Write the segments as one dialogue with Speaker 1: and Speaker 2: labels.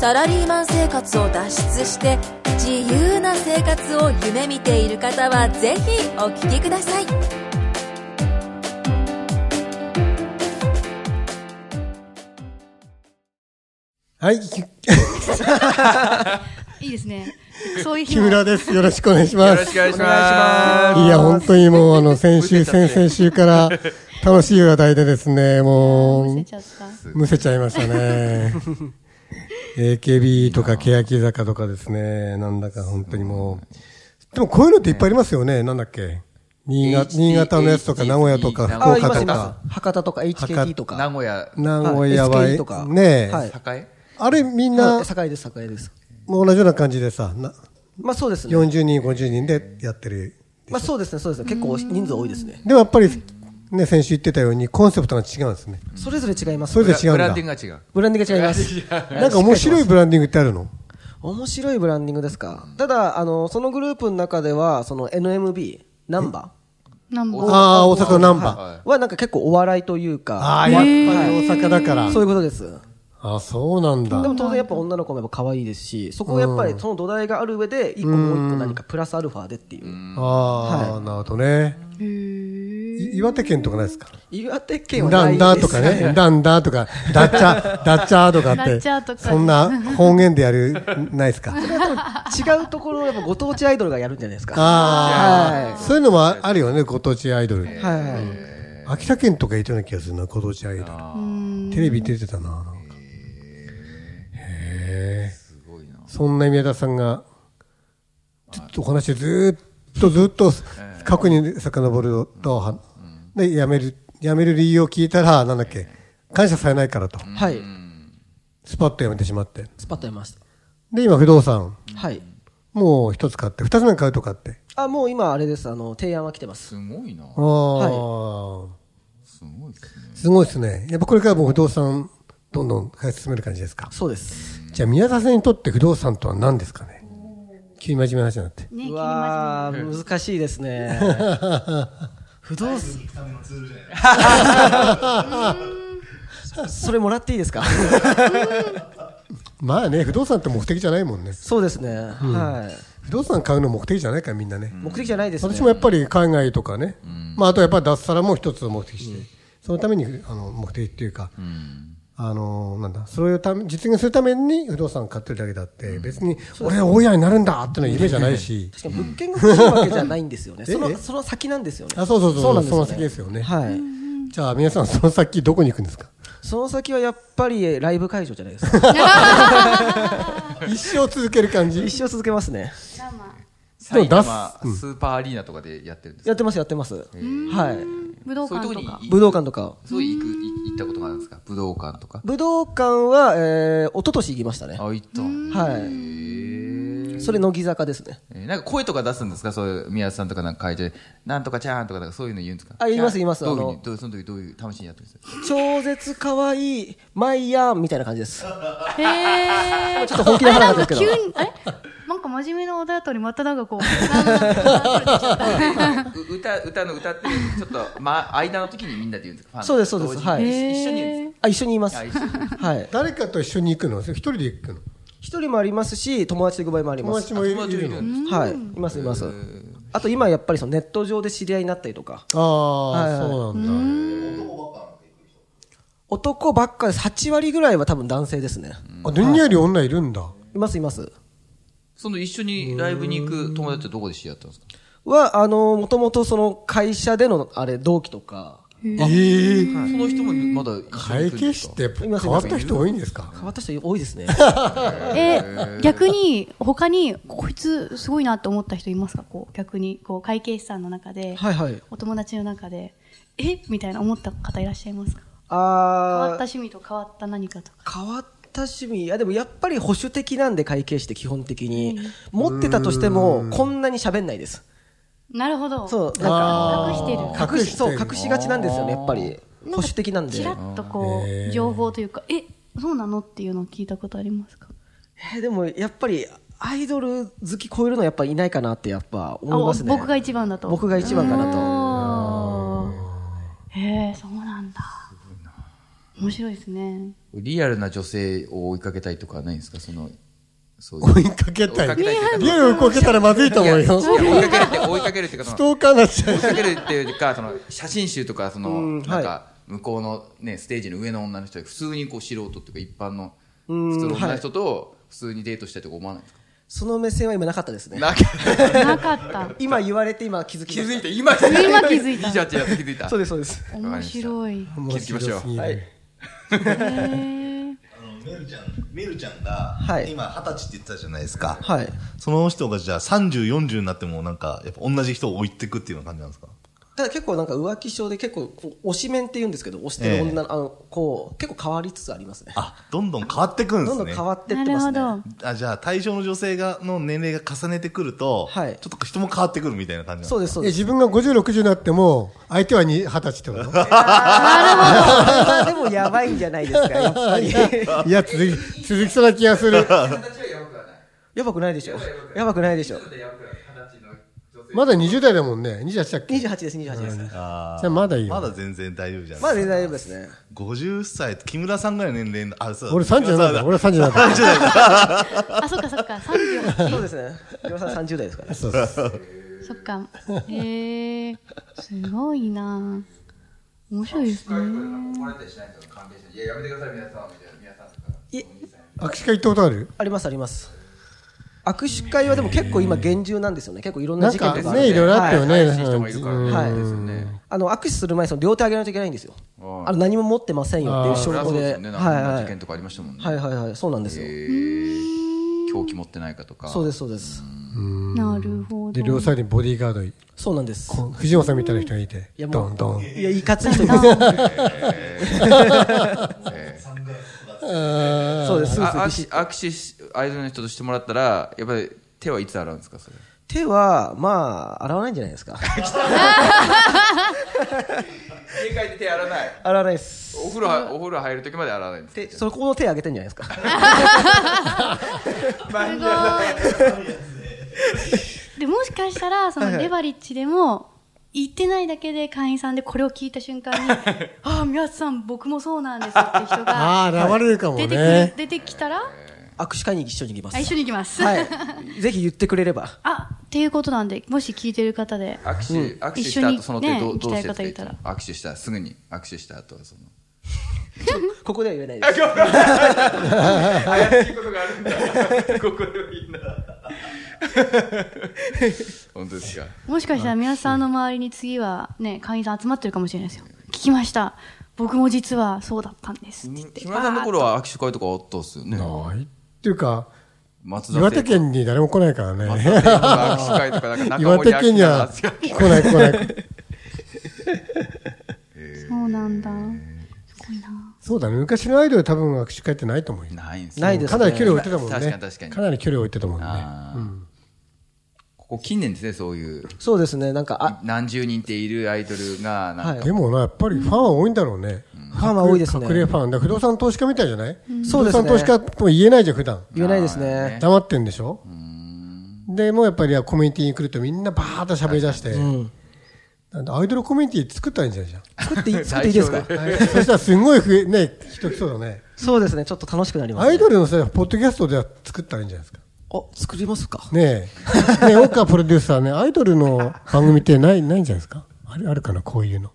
Speaker 1: サラリーマン生活を脱出して自由な生活を夢見ている方はぜひお聞きください
Speaker 2: はい、
Speaker 3: いいです ね。そういう日
Speaker 2: 木
Speaker 3: も
Speaker 2: 村です。よろしくお願いしま
Speaker 4: よろし
Speaker 2: す。
Speaker 4: くお願いします。
Speaker 2: いや、本当にもう、あの、先週、
Speaker 4: むせち
Speaker 2: 先
Speaker 4: ゃって
Speaker 2: 々週 から楽しい話題でですね、も
Speaker 3: 忘れ
Speaker 2: う
Speaker 3: ち、ゃった。
Speaker 2: むせちゃいましたね。AKB とか、欅坂とかですね、なんだか本当にもう。でも、こういうのっていっぱいありますよね、なんだっけ。新潟
Speaker 4: HD
Speaker 2: 新潟のやつとか、
Speaker 4: HD
Speaker 2: 名古屋とか、
Speaker 4: 名
Speaker 2: 福
Speaker 5: あ、い
Speaker 2: 岡
Speaker 5: ますい
Speaker 2: と
Speaker 5: ま
Speaker 2: か。
Speaker 5: す。博多とか
Speaker 2: 博
Speaker 5: HKT
Speaker 2: 多
Speaker 5: とか。
Speaker 4: 名古屋、
Speaker 2: 名古屋は、
Speaker 5: はい SKE とか
Speaker 2: ね
Speaker 5: は
Speaker 2: え
Speaker 5: い。
Speaker 4: 栄
Speaker 2: あれ、みん
Speaker 5: は、
Speaker 2: ない
Speaker 5: 栄です、栄です。
Speaker 2: もう同じような感じでさ、な
Speaker 5: まあそうですね。
Speaker 2: 40人、50人でやってる。
Speaker 5: まあそうですね、そうですね。結構人数多いですね。
Speaker 2: でもやっぱり、ね、先週言ってたように、コンセプトが違うんですね。
Speaker 5: それぞれ違います。
Speaker 2: それぞれ違うん
Speaker 4: ブラン
Speaker 2: だ
Speaker 4: ディ。ングが違う。
Speaker 5: ブランディングが違いま す。
Speaker 2: なんか面白いブランディングってあるの
Speaker 5: 面白いブランディングですか。ただ、あの、そのグループの中では、その NMB、ナンバ
Speaker 3: ナンバー。
Speaker 2: ああ、大阪のナンバー。
Speaker 4: は
Speaker 5: ーはなんか結構お笑いというか、
Speaker 2: ああ、やっぱり大阪だから。
Speaker 5: そういうことです。
Speaker 2: ああ、そうなん
Speaker 5: でも
Speaker 2: だ。
Speaker 5: 当然やっぱ女の子もやっぱ可愛いですし、そこをやっぱりその土台がある上で、一個もう一個何かプラスアルファでっていう。
Speaker 2: ああ、なるほどね。い岩手県とかないですか
Speaker 5: 岩手県はな
Speaker 2: だ
Speaker 5: い
Speaker 2: ん
Speaker 5: です
Speaker 2: だとかね、だんだとか、だっちゃ、 だっちゃーとかっ
Speaker 3: だ
Speaker 2: て
Speaker 3: っちゃーと、か
Speaker 2: そんな方言でやる、ないです か
Speaker 5: 違うところをやっぱご当地アイドルがやるんじゃないですか。
Speaker 2: ああ、
Speaker 5: はい
Speaker 2: そういうのもあるよね、ご当地アイドル。
Speaker 5: はい。
Speaker 2: 秋田県とかいたような気がするな、ご当地アイドル。テレビ出てたな、なんか。へえ。そんな宮田さんが、ずっとお話ずーっとずっと、過去に遡ると、はで、辞める、辞める理由を聞いたら、なんだっけ、感謝されないからと。
Speaker 5: はい。
Speaker 2: スパッと辞めてしまって。
Speaker 5: スパッとやりました。
Speaker 2: で、今不動産、
Speaker 5: はい。
Speaker 2: もう一つ買って、二つ目買うとかって。
Speaker 5: あ、もう今あれです。あの、提案は来てま
Speaker 4: い。
Speaker 5: す。
Speaker 4: すごいな。
Speaker 2: ああ、
Speaker 4: すごいですね。
Speaker 2: すごいですね。やっぱこれからも不動産、どんどん開発進める感じですか
Speaker 5: そうです。
Speaker 2: じゃあ宮田さんにとって不動産とは何ですかね急に真面目な話になって。
Speaker 3: ね、気に
Speaker 5: う
Speaker 3: ま
Speaker 5: わー、難しいで すね。不動産。それもらっていいで すか
Speaker 2: まあね、不動産って目的じゃないもんね。
Speaker 5: そうですね。は
Speaker 2: 不動産買うの目的じゃないからみんなね。
Speaker 5: い。目的じゃないですね
Speaker 2: 私。もやっぱり海外とかね、まああとやっぱり脱サラも一つの目的して、そのためにあの目的っていうか、あの、なんだ、それをため実現するために不動産買ってるだけだって、別に俺は大家になるんだっていうのは夢じゃないし、
Speaker 5: 確かに物件が欲しいわけじゃないんですよね。
Speaker 2: え
Speaker 5: そ
Speaker 2: え
Speaker 5: の、その先なんですよね。
Speaker 2: あ、そうそうそう、
Speaker 5: そうなんです
Speaker 2: そ
Speaker 5: よね
Speaker 2: の先ですよね。
Speaker 5: はい。
Speaker 2: じゃあ皆さんその先どこに行くんですか
Speaker 5: その先はやっぱりライブ会場じゃないで すか。
Speaker 2: 一生続ける感じ
Speaker 5: 一生続けますね。
Speaker 3: す。ナンバー
Speaker 2: 出す
Speaker 4: 埼玉スーパーアリーナとかでやってるんですか
Speaker 5: やってます、やってます。はい。
Speaker 3: 武道
Speaker 4: そうい
Speaker 3: 館
Speaker 4: うとことに
Speaker 3: か。
Speaker 5: 武道館とか。
Speaker 4: そういう行く、い行ったことがあるんですか武道館とか。
Speaker 5: 武道館は、えー、一昨年行きましたね。
Speaker 4: あ、行った。
Speaker 5: はい。
Speaker 4: へー
Speaker 5: それ乃木坂ですね。
Speaker 4: えーなんか声とか出すんですかそういう宮田さんとかなんか会場で、なんとかちゃーんとかなんかそういうの言うんですか
Speaker 5: あ言います言います
Speaker 4: どういうふう
Speaker 5: あ
Speaker 4: に、
Speaker 5: の
Speaker 4: どういうその時どういう、楽しいにやってるんです か
Speaker 5: 超絶可愛い、マイヤーみたいな感じです。
Speaker 3: へー。
Speaker 5: ちょっと本気出さなかったです け
Speaker 3: 急
Speaker 5: ど。
Speaker 3: に、えなんか真面目なお題後にまたなんかこう、なんか
Speaker 4: う歌、歌の歌ってる、ちょっと、ま、間の時にみんなで言うんですかファンの
Speaker 5: そうですそうです
Speaker 4: 同時に
Speaker 5: はい
Speaker 4: 一一緒に言うんですか
Speaker 5: あ、一緒にいます。
Speaker 4: あ
Speaker 5: は
Speaker 4: 一緒に
Speaker 5: い。
Speaker 2: 誰かと一緒に行くのそれ一人で行くの
Speaker 5: 一人もありますし、友達で行く場合もありま
Speaker 2: 友
Speaker 5: す。
Speaker 2: 達もいる
Speaker 4: 友達もいる
Speaker 2: の
Speaker 4: の
Speaker 5: はい。います、います。あと今やっぱりそのネット上で知り合いになったりとか、
Speaker 2: ああ、
Speaker 5: はいはい
Speaker 2: そうなんだ
Speaker 5: 男ばっかです。8割ぐらいは多分男性ですね。
Speaker 2: あドゥニアより女いるんだ
Speaker 5: います、います。
Speaker 4: その一緒にライブに行く友達はどこで知り合ったんですか
Speaker 5: は、あの、もともとその会社での、あれ、同期とか、
Speaker 2: ええ
Speaker 4: その人もまだ
Speaker 2: 会計士ってやっぱ変わった人多いんですか
Speaker 5: 変わった人多いですね。
Speaker 3: え、逆に、他に、こいつすごいなって思った人いますかこう、逆に、こう、会計士さんの中で、
Speaker 5: はいはい。
Speaker 3: お友達の中で、えみたいな思った方いらっしゃいますか変わっ
Speaker 5: あ
Speaker 3: た
Speaker 5: ー
Speaker 3: 趣味と変わった何かとか。
Speaker 5: 変わった趣味。いや、でもやっぱり保守的なんで会計士って基本的に。持ってたとしても、こんなに喋んないです。
Speaker 3: なるほど。
Speaker 5: そう
Speaker 3: う。
Speaker 5: なんか
Speaker 2: あー
Speaker 3: 隠してる
Speaker 5: 隠しそう隠しがちなんですよね
Speaker 4: あー
Speaker 5: やっぱり保守的なんで
Speaker 3: ちらっとこ
Speaker 2: へー
Speaker 3: う、情報というか、え、そうなのっていうのを聞いたことありますか
Speaker 5: えーでもやっぱりアイドル好き超えるのはやっぱりいないかなってやっぱ思いますね
Speaker 3: あお僕が一番だと。
Speaker 5: 僕が一番かなと
Speaker 3: と。へえ、そうなんだ。面白いですね。
Speaker 4: リアルな女性を追いかけたいとかはないんですかその、そういう。
Speaker 2: 追いかけた
Speaker 4: 追いか
Speaker 2: い。
Speaker 4: け
Speaker 2: リ
Speaker 4: たいっていうか
Speaker 2: アル追いかけたらまずいと思うよ。
Speaker 4: いやいや追いかけるって、追いかけるっていうか、そ
Speaker 2: ス
Speaker 4: の、
Speaker 2: トーカーになっちゃう
Speaker 4: 追い。かけるっていうか、その、写真集とか、そ
Speaker 5: うん
Speaker 4: の、
Speaker 5: はい
Speaker 4: なんか、向こうのね、ステージの上の女の人が普通にこう素人っていうか、一般の、普通の女の人と、普通にデートしたいとか思わないですか
Speaker 5: その目線は今なかったですね
Speaker 4: なんか、
Speaker 3: なか った。
Speaker 5: 今言われて今気づき
Speaker 4: 気
Speaker 5: まし
Speaker 4: づいた、今気づい
Speaker 3: 今気づいた
Speaker 4: じゃあ、じゃあ気づいた。
Speaker 5: そうですそうです
Speaker 4: わかり
Speaker 3: 面
Speaker 4: ました
Speaker 3: 白い。
Speaker 4: 気づきましょ
Speaker 2: 面白
Speaker 4: う
Speaker 2: すぎる
Speaker 5: はい
Speaker 3: へー
Speaker 6: あのメルちゃんメルちゃんが
Speaker 5: はい
Speaker 6: 今二十歳って言ってたじゃないですか、
Speaker 5: はい
Speaker 6: その人がじゃあ3040になってもなんかやっぱ同じ人を置いていくっていうような感じなんですか
Speaker 5: ただ結構なんか浮気症で結構こう推し面って言うんですけど推してる女の、あのこう結構変わりつつありますね
Speaker 6: あどんどん変わってくるんで
Speaker 5: ど
Speaker 6: す
Speaker 5: んど
Speaker 6: ね
Speaker 5: ん変わってっ
Speaker 3: な
Speaker 5: て
Speaker 3: る
Speaker 5: ま
Speaker 3: ほ
Speaker 5: すね
Speaker 3: ど。
Speaker 6: あじゃあ対象の女性がの年齢が重ねてくると、
Speaker 5: はい
Speaker 6: ちょっと人も変わってくるみたいな感じなんですか
Speaker 5: そうですそ
Speaker 2: え
Speaker 5: うです
Speaker 2: 自分が50、60になっても、相手はに20歳ってこ
Speaker 5: まあでもやばいんじゃないですかやっぱり
Speaker 2: とい や、続き、続きそうな気がする。
Speaker 4: 形はやばくはない。
Speaker 5: やばくないでしょやばくないでしょ
Speaker 4: やばくはない。形の女性。
Speaker 2: まだ20代だもんね。28だっけ
Speaker 5: 28です28です、
Speaker 6: あー
Speaker 2: じゃあまだいいよ
Speaker 6: まだ全然大丈夫じゃない
Speaker 5: まあ全然大丈夫ですね
Speaker 6: 50歳木村さんぐらいの年齢のあそう
Speaker 2: 俺37だ。俺は37だ。
Speaker 3: あ、そっかそっか。3
Speaker 5: そうですね山田さん30代ですから
Speaker 2: そうそう
Speaker 3: 秒。そっか。へえ。すごいな。面白いですね。
Speaker 4: 怒られたりしないんですか関係者に。いや、やめてください、皆さん。みたいな、皆さんとか。
Speaker 5: いえ
Speaker 2: 握手会行ったことある
Speaker 5: ありますあります握手会はでも結構今厳重なんですよね結構いろんな
Speaker 2: なん
Speaker 5: 事件
Speaker 2: か
Speaker 5: とか
Speaker 2: ね、いろいろあったよね。
Speaker 4: はい人もいるからね
Speaker 5: はい
Speaker 4: そうですよね。
Speaker 5: あの握手する前にその両手上げないといけないんですよ
Speaker 4: はい
Speaker 5: あの何も持ってませんよっていう証
Speaker 4: そりゃそ
Speaker 5: 拠
Speaker 4: う
Speaker 5: で
Speaker 4: ですよね。なんかい
Speaker 5: はい
Speaker 4: ろん
Speaker 5: は
Speaker 4: ない事件とかありましたもんね。
Speaker 5: はいはいはいそうなんです
Speaker 4: え
Speaker 5: よ
Speaker 4: ー凶器持ってないかとか。
Speaker 5: そうですそうです
Speaker 3: なるほ
Speaker 2: で、
Speaker 3: ど。
Speaker 2: 両サイドにボディーガードい、
Speaker 5: そうなんです
Speaker 2: こう藤本さんみたいな人がいて、
Speaker 5: いや
Speaker 2: ド
Speaker 5: もう
Speaker 2: ンドン。
Speaker 5: いやいかつい人います
Speaker 4: えー
Speaker 5: そうですスーツ
Speaker 4: あ
Speaker 5: ビシッ
Speaker 4: 握手、握手し、アイドルの人としてもらったら、やっぱり手はいつ洗うんですか、それ。
Speaker 5: 手はまあ洗わないんじゃないですか
Speaker 4: 家帰って手洗わない。
Speaker 5: 洗わないです
Speaker 4: お風呂は、お風呂入る時まで洗わないんです
Speaker 5: 手そこの手上げてんじゃないですか
Speaker 3: すごい。で、もしかしたら、そのレバリッジでも、言ってないだけで会員さんでこれを聞いた 瞬間に、ああ、宮津さん、僕もそうなんですって人
Speaker 2: あ
Speaker 3: が
Speaker 2: あ、現れるかも
Speaker 3: 出てくる
Speaker 2: ね。
Speaker 3: 出てきたら、
Speaker 5: 握手会に一緒に行きます
Speaker 3: あ一緒に行きます。
Speaker 5: はいぜひ言ってくれれば
Speaker 3: あっていうことなんで、もし聞いてる方で、
Speaker 4: 握手、握手し
Speaker 3: 一緒
Speaker 4: た
Speaker 3: に
Speaker 4: 後、その手ど
Speaker 3: ね
Speaker 4: う、ど
Speaker 3: 行き
Speaker 4: うして
Speaker 3: たい方い
Speaker 4: る
Speaker 3: たら
Speaker 4: 握手した、すぐに握手した後はその。
Speaker 5: ここでは言えないです
Speaker 4: 怪しいことがあるんだ。ここでいいんだ。本当ですか。
Speaker 3: もしかしたら皆さんの周りに次はね、会員さん集まってるかもしれないですよ。聞きました。僕も実はそうだったんですって言って。
Speaker 4: 木村さんの頃は握手会とかあったっすよね。
Speaker 2: ないっていうか、
Speaker 4: 松田
Speaker 2: 岩手
Speaker 4: 聖子
Speaker 2: 県に誰も来ないから
Speaker 4: 松
Speaker 2: ね。
Speaker 4: 田聖子の握手会とか、なんか中
Speaker 2: 岩
Speaker 4: 森
Speaker 2: 手
Speaker 4: 明
Speaker 2: 県に
Speaker 4: 菜の
Speaker 2: は
Speaker 4: 握手
Speaker 2: 来
Speaker 4: 会
Speaker 2: ない来ない。
Speaker 3: そうなんだ。すごいな。
Speaker 2: そうだね。昔のアイドル多分握手会ってないと思うよ。
Speaker 4: ないんです
Speaker 5: ないですね
Speaker 2: かなり距離置いてたもんね。
Speaker 4: 確かに確かに
Speaker 2: なり距離置いてたもんね。
Speaker 4: あーここ近年ですね、そういう。
Speaker 5: そうですねなんかあ
Speaker 4: 何十人っているアイドルが、なんか、
Speaker 5: はい
Speaker 2: でもな、やっぱりファンは多いんだろうね。
Speaker 5: ファンは多いですね
Speaker 2: 隠れファン。だ不動産投資家みたいじゃない
Speaker 5: そうですね
Speaker 2: 不動産投資家とも言えないじゃん、普段。
Speaker 5: 言えないです
Speaker 4: あー
Speaker 5: ね
Speaker 2: 黙ってんでしょで、もうやっぱりコミュニティに来るとみんなバーッと喋り出して、
Speaker 5: うん
Speaker 2: なんだアイドルコミュニティ作ったらいいんじゃないじゃん。
Speaker 5: 作っ てい作っていいですか
Speaker 2: そしたらすごい増え、ね、人来そうだね。
Speaker 5: そうですねちょっと楽しくなります
Speaker 2: ア
Speaker 5: ね
Speaker 2: イドルのさ、ポッドキャストでは作ったらいいんじゃないですか。
Speaker 5: あ作りますか
Speaker 2: ねえ。ねえ、大川プロデューサーね、アイドルの番組ってない、ないんじゃないですかある、あるかなこういうの。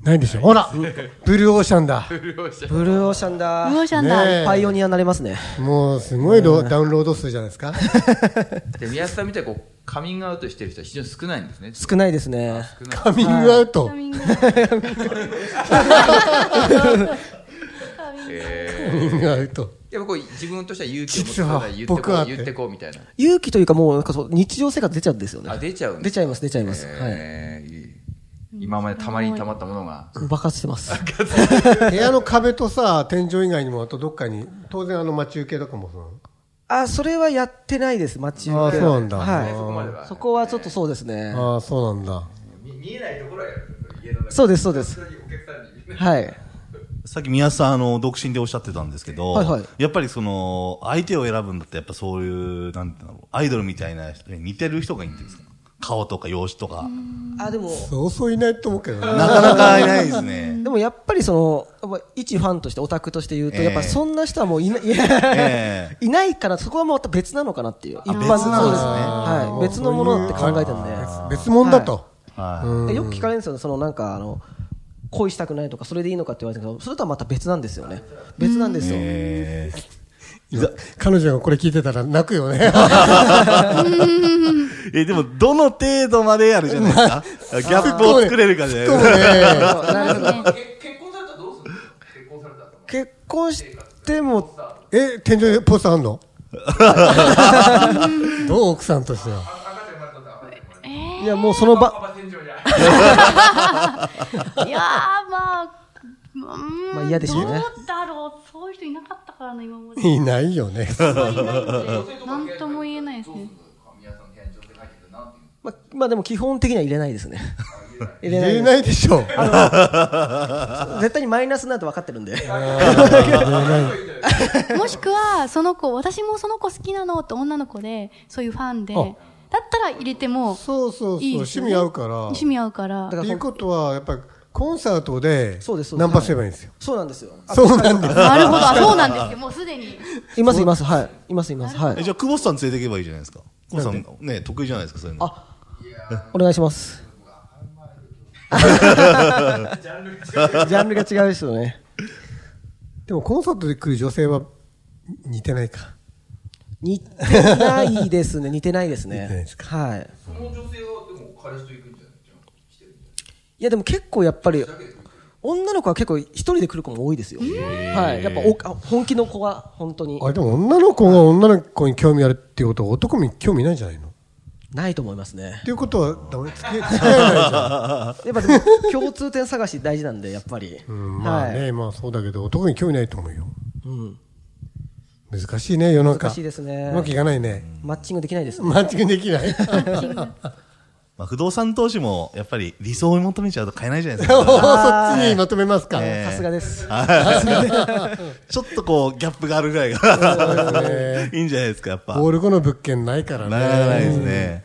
Speaker 2: ないでしょほらブルーオーシャンだ
Speaker 5: ブルーオーシャンだ
Speaker 3: ムーシャンだ。
Speaker 2: ねえ
Speaker 5: パイオニアになれますね
Speaker 2: もうすごいロダウンロード数じゃないですか
Speaker 4: で宮津さんみたいにこう、カミングアウトしてる人は非常に少ないんですね。
Speaker 5: 少ないですね
Speaker 2: カミングアウト
Speaker 3: カ。ミング
Speaker 2: カミングアウト。
Speaker 4: やっぱこう、自分としては勇気を持っ
Speaker 2: 実は
Speaker 4: て言ってこ
Speaker 2: 僕は
Speaker 4: う、言ってこうみたいな。
Speaker 5: 勇気というかもうなんかそう日常生活出ちゃうんですよね
Speaker 4: あ、出ちゃうん
Speaker 5: 出ちゃいます出ちゃいますはい
Speaker 4: えーいい今までたまりにたまったものが。
Speaker 5: 爆発してます
Speaker 2: 部屋の壁とさ、天井以外にも、あとどっかに、当然あの待ち受けとかもその
Speaker 5: あ、それはやってないです、待ち受け
Speaker 2: あそうなんだ
Speaker 5: は
Speaker 4: ねそこまで
Speaker 5: い。
Speaker 4: は
Speaker 5: そこはちょっとそうですね。
Speaker 2: ああ、そうなんだ。
Speaker 4: 見見えないところはやるんですよ家の中
Speaker 5: そうです、そうです。
Speaker 4: にお客さんに見えない
Speaker 5: はい。
Speaker 6: さっき宮田さん、あの、独身でおっしゃってたんですけど、
Speaker 5: はいはい
Speaker 6: やっぱりその、相手を選ぶんだって、やっぱそういう、なんていうの、アイドルみたいな人に似てる人がいいんですか顔とか容姿とか。
Speaker 5: あ、でも、
Speaker 2: そうそういないと思うけどね。
Speaker 6: なかなかいないで すね。
Speaker 5: でもやっぱりその、やっぱ一ファンとして、オタクとして言うと、
Speaker 6: ええ
Speaker 5: やっぱそんな人はもういない、いや
Speaker 6: え
Speaker 5: いないから、そこはまた別なのかなっていう。一般
Speaker 6: 別なんですね
Speaker 5: そうですね。
Speaker 2: あー
Speaker 5: はい。別のものって考えてるんで。
Speaker 2: 別別物だと。
Speaker 6: えは
Speaker 5: でよく聞かれるんですよね、そのなんかあの恋したくないとか、それでいいのかって言われてるけど、それとはまた別なんですよね、別なんです
Speaker 6: い。
Speaker 5: よ、
Speaker 6: ええ
Speaker 2: 彼女がこれ聞いてたら泣くよ ね。
Speaker 6: え、でも、どの程度までやるじゃないですか。ギャップを作れるかじゃない
Speaker 2: そう
Speaker 6: ですか。
Speaker 2: ね。
Speaker 5: なるほど
Speaker 4: 結婚されたらどうする結婚されたら
Speaker 5: 結婚しても、
Speaker 2: え、天井ポスターあん のどう奥さんとしては。
Speaker 5: いやもうその場、
Speaker 3: いやー、まあ、うーん
Speaker 5: まあ嫌ですよね
Speaker 3: どうだろう、そういう人いなかったからな、今まで。
Speaker 2: いないよね。
Speaker 3: あんまりいないので、なんとも言えないですね。
Speaker 5: まあ、まあでも基本的には入れないですね、入れ
Speaker 2: 言
Speaker 5: ない
Speaker 2: え
Speaker 5: で
Speaker 2: ないでしょ。
Speaker 5: す絶対にマイナスになると分かってるんで、
Speaker 3: もしくは、その子、私もその子好きなのって女の子で、そういうファンで、だったら入れても、
Speaker 2: そうそうそう。
Speaker 3: いいです
Speaker 2: 趣味
Speaker 3: よね
Speaker 2: 合うから。
Speaker 3: 趣味合うから
Speaker 5: だ。か
Speaker 2: っ
Speaker 5: ら
Speaker 2: ていうことは、やっぱりコンサートで
Speaker 5: そうですそうです
Speaker 2: ナンパすればいいんですよ。
Speaker 5: そうなんですよ、あ
Speaker 2: そうなんです。
Speaker 3: なるほど、あそうなんですよ、もうすでに。
Speaker 5: います、います、はい、います、います、は
Speaker 6: え
Speaker 5: い、
Speaker 6: じゃあ、久保田さん連れていけばいいじゃないですか。久保田さん、ね、得意じゃないですか、そういうの。
Speaker 5: あお願い します。ジャンルが違うですよね。
Speaker 2: でもコンサートで来る女性は似てないか。
Speaker 5: 似てないですね、似てないですね。
Speaker 2: 似てないですか
Speaker 5: はい。
Speaker 4: その女性はでも彼氏と行くんじゃない
Speaker 5: いやでも結構やっぱり女の子は結構一人で来る子も多いですよ。はい。やっぱおあ本気の子は本当に
Speaker 2: あれでも女の子が女の子に興味あるっていうことは男に興味ないんじゃないのっ
Speaker 5: ないと思いますね。
Speaker 2: ていうことはダメ付き付き合えないじゃん。
Speaker 5: やっぱでも共通点探し大事なんでやっぱり。
Speaker 2: うんまあ
Speaker 5: はい。
Speaker 2: ね、まあそうだけど男に興味ないと思うよ。
Speaker 5: うん。
Speaker 2: 難しいね、世の中。
Speaker 5: 難しいですね
Speaker 2: うまくいかないね。
Speaker 5: マッチングできないです。
Speaker 2: マッチングでき ない。
Speaker 6: まあ、不動産投資も、やっぱり理想を求めちゃうと買えないじゃないです
Speaker 2: おー
Speaker 6: か。
Speaker 2: そっちにまとめますか。
Speaker 5: さすがです。
Speaker 6: ちょっとこう、ギャップがあるぐらいが、いいんじゃないですか、やっぱ。
Speaker 2: オール後の物件ないからね。
Speaker 6: なかなかないですね。え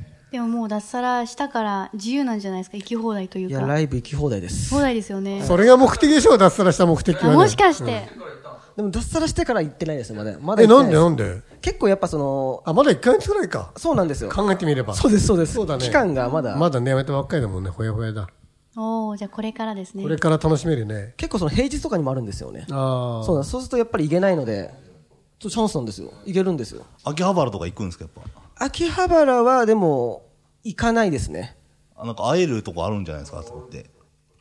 Speaker 6: え
Speaker 3: でももう脱サラしたから自由なんじゃないですか、行き放題とい
Speaker 5: いうや
Speaker 3: か。
Speaker 5: ライブ行き放題です
Speaker 3: 放。題ですよね。
Speaker 2: それが目的でしょう、脱サラした目的
Speaker 3: あ
Speaker 2: は、ね。
Speaker 3: もしかして、
Speaker 5: でも脱サラしてから行ってないですまだ。まだ
Speaker 2: え、
Speaker 5: 行っ
Speaker 2: な
Speaker 5: て
Speaker 2: ん
Speaker 5: い
Speaker 2: でなん
Speaker 5: で
Speaker 2: です
Speaker 5: 結構やっぱその
Speaker 2: あ、まだ1ヶ月くらいか。
Speaker 5: そうなんですよ。
Speaker 2: 考えてみれば。
Speaker 5: そうですそうです。
Speaker 2: そうだね
Speaker 5: 期間がまだ。
Speaker 2: まだね、やめたばっかりだもんね、ほやほやだ。
Speaker 3: おおじゃあこれからですね
Speaker 2: こ。れから楽しめるね。
Speaker 5: 結構その平日とかにもあるんですよね。
Speaker 2: ああ。
Speaker 5: そうなんですそうするとやっぱり行けないので、そうチャンスなんですよ。行けるんですよ。
Speaker 6: 秋葉原とか行くんですか、やっぱ。
Speaker 5: 秋葉原はでも行かないですね
Speaker 6: あなんか会えるとこあるんじゃないですか、あそこって。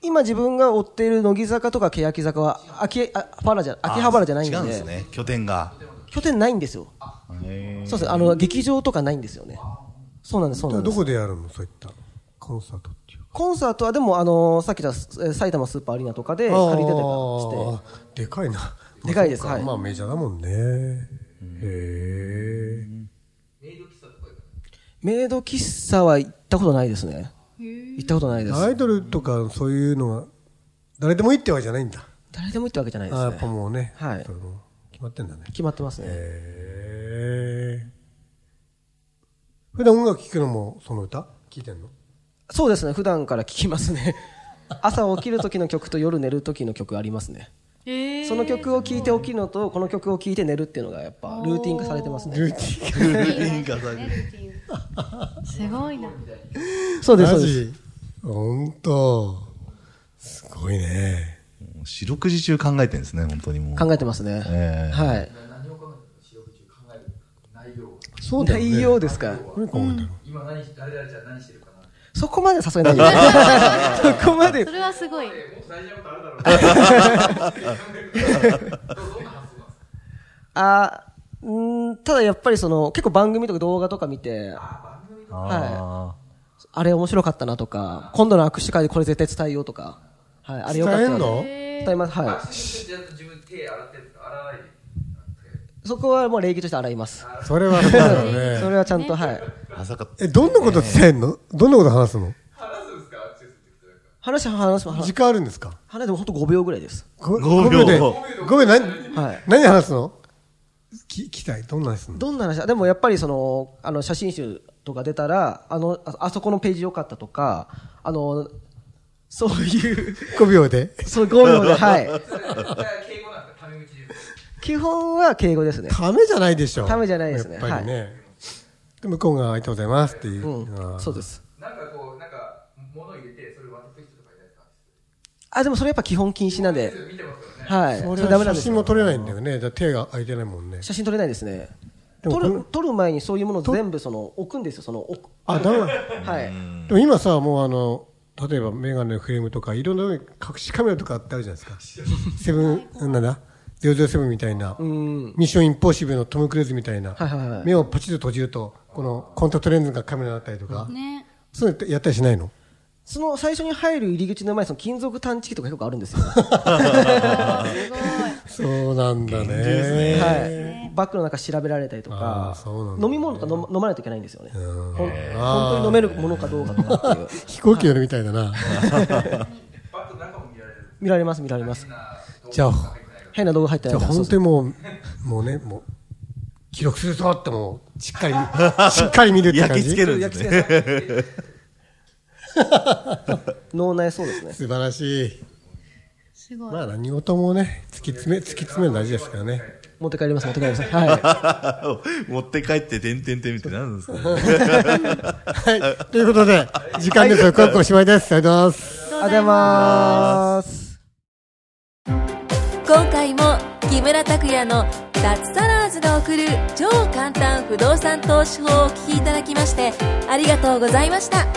Speaker 5: 今自分が追っている乃木坂とか欅坂は秋あパラじゃ秋葉原じゃないんで
Speaker 6: あ違うんですね、拠点が。
Speaker 5: 拠点ないんですよ
Speaker 6: へえ
Speaker 5: そうですあの劇場とかないんですよねそうなんですそうなんで
Speaker 2: ど
Speaker 5: す
Speaker 2: こでやるのそういったコンサートっていうか。
Speaker 5: コンサートはでもあのさっき言ったえー埼玉スーパーアリーナとかで借りてたりとかして
Speaker 2: て。でかいな。
Speaker 5: でかいです
Speaker 2: まあそう
Speaker 5: はい
Speaker 2: まあメジャーだもんね。へえ。
Speaker 5: メイド喫茶は行ったことないですね行ったことないです
Speaker 2: アイドルとかそういうのは、誰でもいいってわけじゃないんだ。
Speaker 5: 誰でも行ったわけじゃないで
Speaker 2: ああ、
Speaker 5: す
Speaker 2: やっぱ
Speaker 5: ね
Speaker 2: もうね。
Speaker 5: はい
Speaker 2: それも決まってんだね。
Speaker 5: 決まってますね
Speaker 2: へえ。普段音楽聴くのもその歌聴いてんの
Speaker 5: そうですね普段から聴きますね 朝起きる時の曲と夜寝る時の曲ありますね
Speaker 3: えー
Speaker 5: その曲を聴いて起きるのと、この曲を聴いて寝るっていうのが、やっぱ、ルーティン化されてますね。
Speaker 2: ルーティン
Speaker 6: ルーティン化されてる
Speaker 3: すごいな。
Speaker 5: そうです、
Speaker 2: マ
Speaker 5: そうです。
Speaker 2: ジほんと。すごいね。
Speaker 6: もう四六時中考えてるんですね、本当にもう。
Speaker 5: 考えてますね。
Speaker 6: ええ
Speaker 5: はい。
Speaker 2: そ
Speaker 5: 内容ですか。
Speaker 2: 何考えてるの
Speaker 5: そこまではさすがに ないです。そこまで
Speaker 3: そ。れはすごい。
Speaker 5: あーうーん、ただやっぱりその、結構番組とか動画とか見て、
Speaker 6: あ
Speaker 5: あれ面白かったなとか、今度の握手会でこれ絶対伝えようとか、はい、あれよかった
Speaker 2: 伝え
Speaker 5: な
Speaker 2: んの
Speaker 5: 伝えます、はい。そこはもう礼儀として洗います。
Speaker 2: それはそうだろう
Speaker 5: そ
Speaker 2: ね。
Speaker 5: れはちゃんと、はい。
Speaker 6: まさか、
Speaker 2: え、どんなこと伝えんのどんなこと話すの
Speaker 5: 話は話す、話
Speaker 2: 時
Speaker 5: す。
Speaker 2: 間あるんですか
Speaker 5: 話でもほんと5秒ぐらいです。
Speaker 2: ご
Speaker 6: 五
Speaker 2: 5
Speaker 6: 秒
Speaker 2: 秒で。5秒
Speaker 5: は
Speaker 2: 何
Speaker 5: い
Speaker 2: 何話すのき聞きたい。どんな話すの
Speaker 5: どんな話でもやっぱりその、あの、写真集とか出たら、あの、ああそこのページ良かったとか、あの、そういう、
Speaker 2: 5秒で。
Speaker 5: そういう5秒で、はい。基本は敬語ですね。
Speaker 2: ためじゃないでしょ。
Speaker 5: ためじゃないですね
Speaker 2: やっぱりね。で、向こうがありがとうございますっていう。
Speaker 5: うん、
Speaker 2: あー
Speaker 5: そうです。
Speaker 4: なんかこう、なんか、物入れて、それ渡す人とかいないですか
Speaker 5: あ、でもそれやっぱ基本禁止なんで、
Speaker 4: 見てますよね。
Speaker 5: はい。
Speaker 2: そ
Speaker 5: そ
Speaker 2: れ
Speaker 5: れダメな
Speaker 2: は
Speaker 5: んで
Speaker 2: 写
Speaker 5: す
Speaker 2: 真も
Speaker 5: よ。
Speaker 2: 撮れないんだよね。だから手が空いてないもんね。
Speaker 5: 写真撮れないですね。
Speaker 2: でもこ
Speaker 5: 撮
Speaker 2: の
Speaker 5: る、撮る前にそういうものを全部その、置くんですよ、その、置く
Speaker 2: あ、ダメだ。
Speaker 5: はい。
Speaker 2: でも今さ、もうあの、例えばメガネのフレームとか、いろんな上に隠しカメラとかってあるじゃない ですか。セブン、なんだ007みたいな、ミッションインポッシブルのトム・クルーズみたいな、
Speaker 5: いはいはい
Speaker 2: 目をパチッと閉じると、このコンタクトレンズがカメラだったりとか、
Speaker 3: ね。
Speaker 2: そういうのやったりしないの
Speaker 5: その最初に入る入り口の前にその金属探知機とか結構あるんですよ。
Speaker 3: すごい。
Speaker 2: そうなんだね。
Speaker 5: はい、バッグの中調べられたりと
Speaker 2: あー
Speaker 5: か、
Speaker 2: そうなんだね
Speaker 5: 飲み物とか飲ま飲まないといけないんですよね、ほん本当に飲めるものかどうかとか っていう
Speaker 2: 飛行機乗るみたいだな。
Speaker 5: 見られます、見られます、
Speaker 2: じゃあ、
Speaker 5: 変な道具入って
Speaker 2: じ
Speaker 5: な
Speaker 2: ゃ
Speaker 5: い
Speaker 2: あ
Speaker 5: からそ
Speaker 2: 本
Speaker 5: うそう
Speaker 2: 当にもう、もうね、もう、記録するぞってもう、しっかり、 しっかり見るって感
Speaker 6: 焼
Speaker 2: じ。
Speaker 6: き付けるんで
Speaker 5: 焼き
Speaker 6: す
Speaker 5: 付
Speaker 6: ね。
Speaker 5: けされて 脳内そうですね、
Speaker 2: 素晴らしい。
Speaker 3: すごい。
Speaker 2: まあ何事もね、突き詰め、突き詰めるの大事ですからね。
Speaker 5: 持って帰ります、持って帰ります、は
Speaker 6: 持って帰って、てんてんてんみたいになるんですかね。
Speaker 2: はい。ということで、時間ですよ。ここおしまいです。ありがとうございます。
Speaker 5: い、ありがとうございます。
Speaker 1: 今回も木村拓哉の脱サラーズが送る超簡単不動産投資法をお聞きいただきましてありがとうございました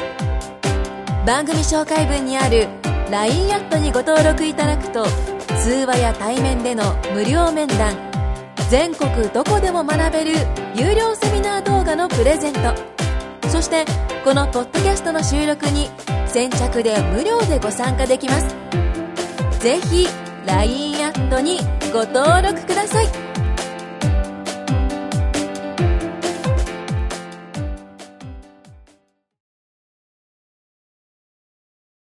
Speaker 1: 番組紹介文にある LINE アットにご登録いただくと通話や対面での無料面談全国どこでも学べる有料セミナー動画のプレゼントそしてこのポッドキャストの収録に先着で無料でご参加できますぜひ LINE アットにご登録ください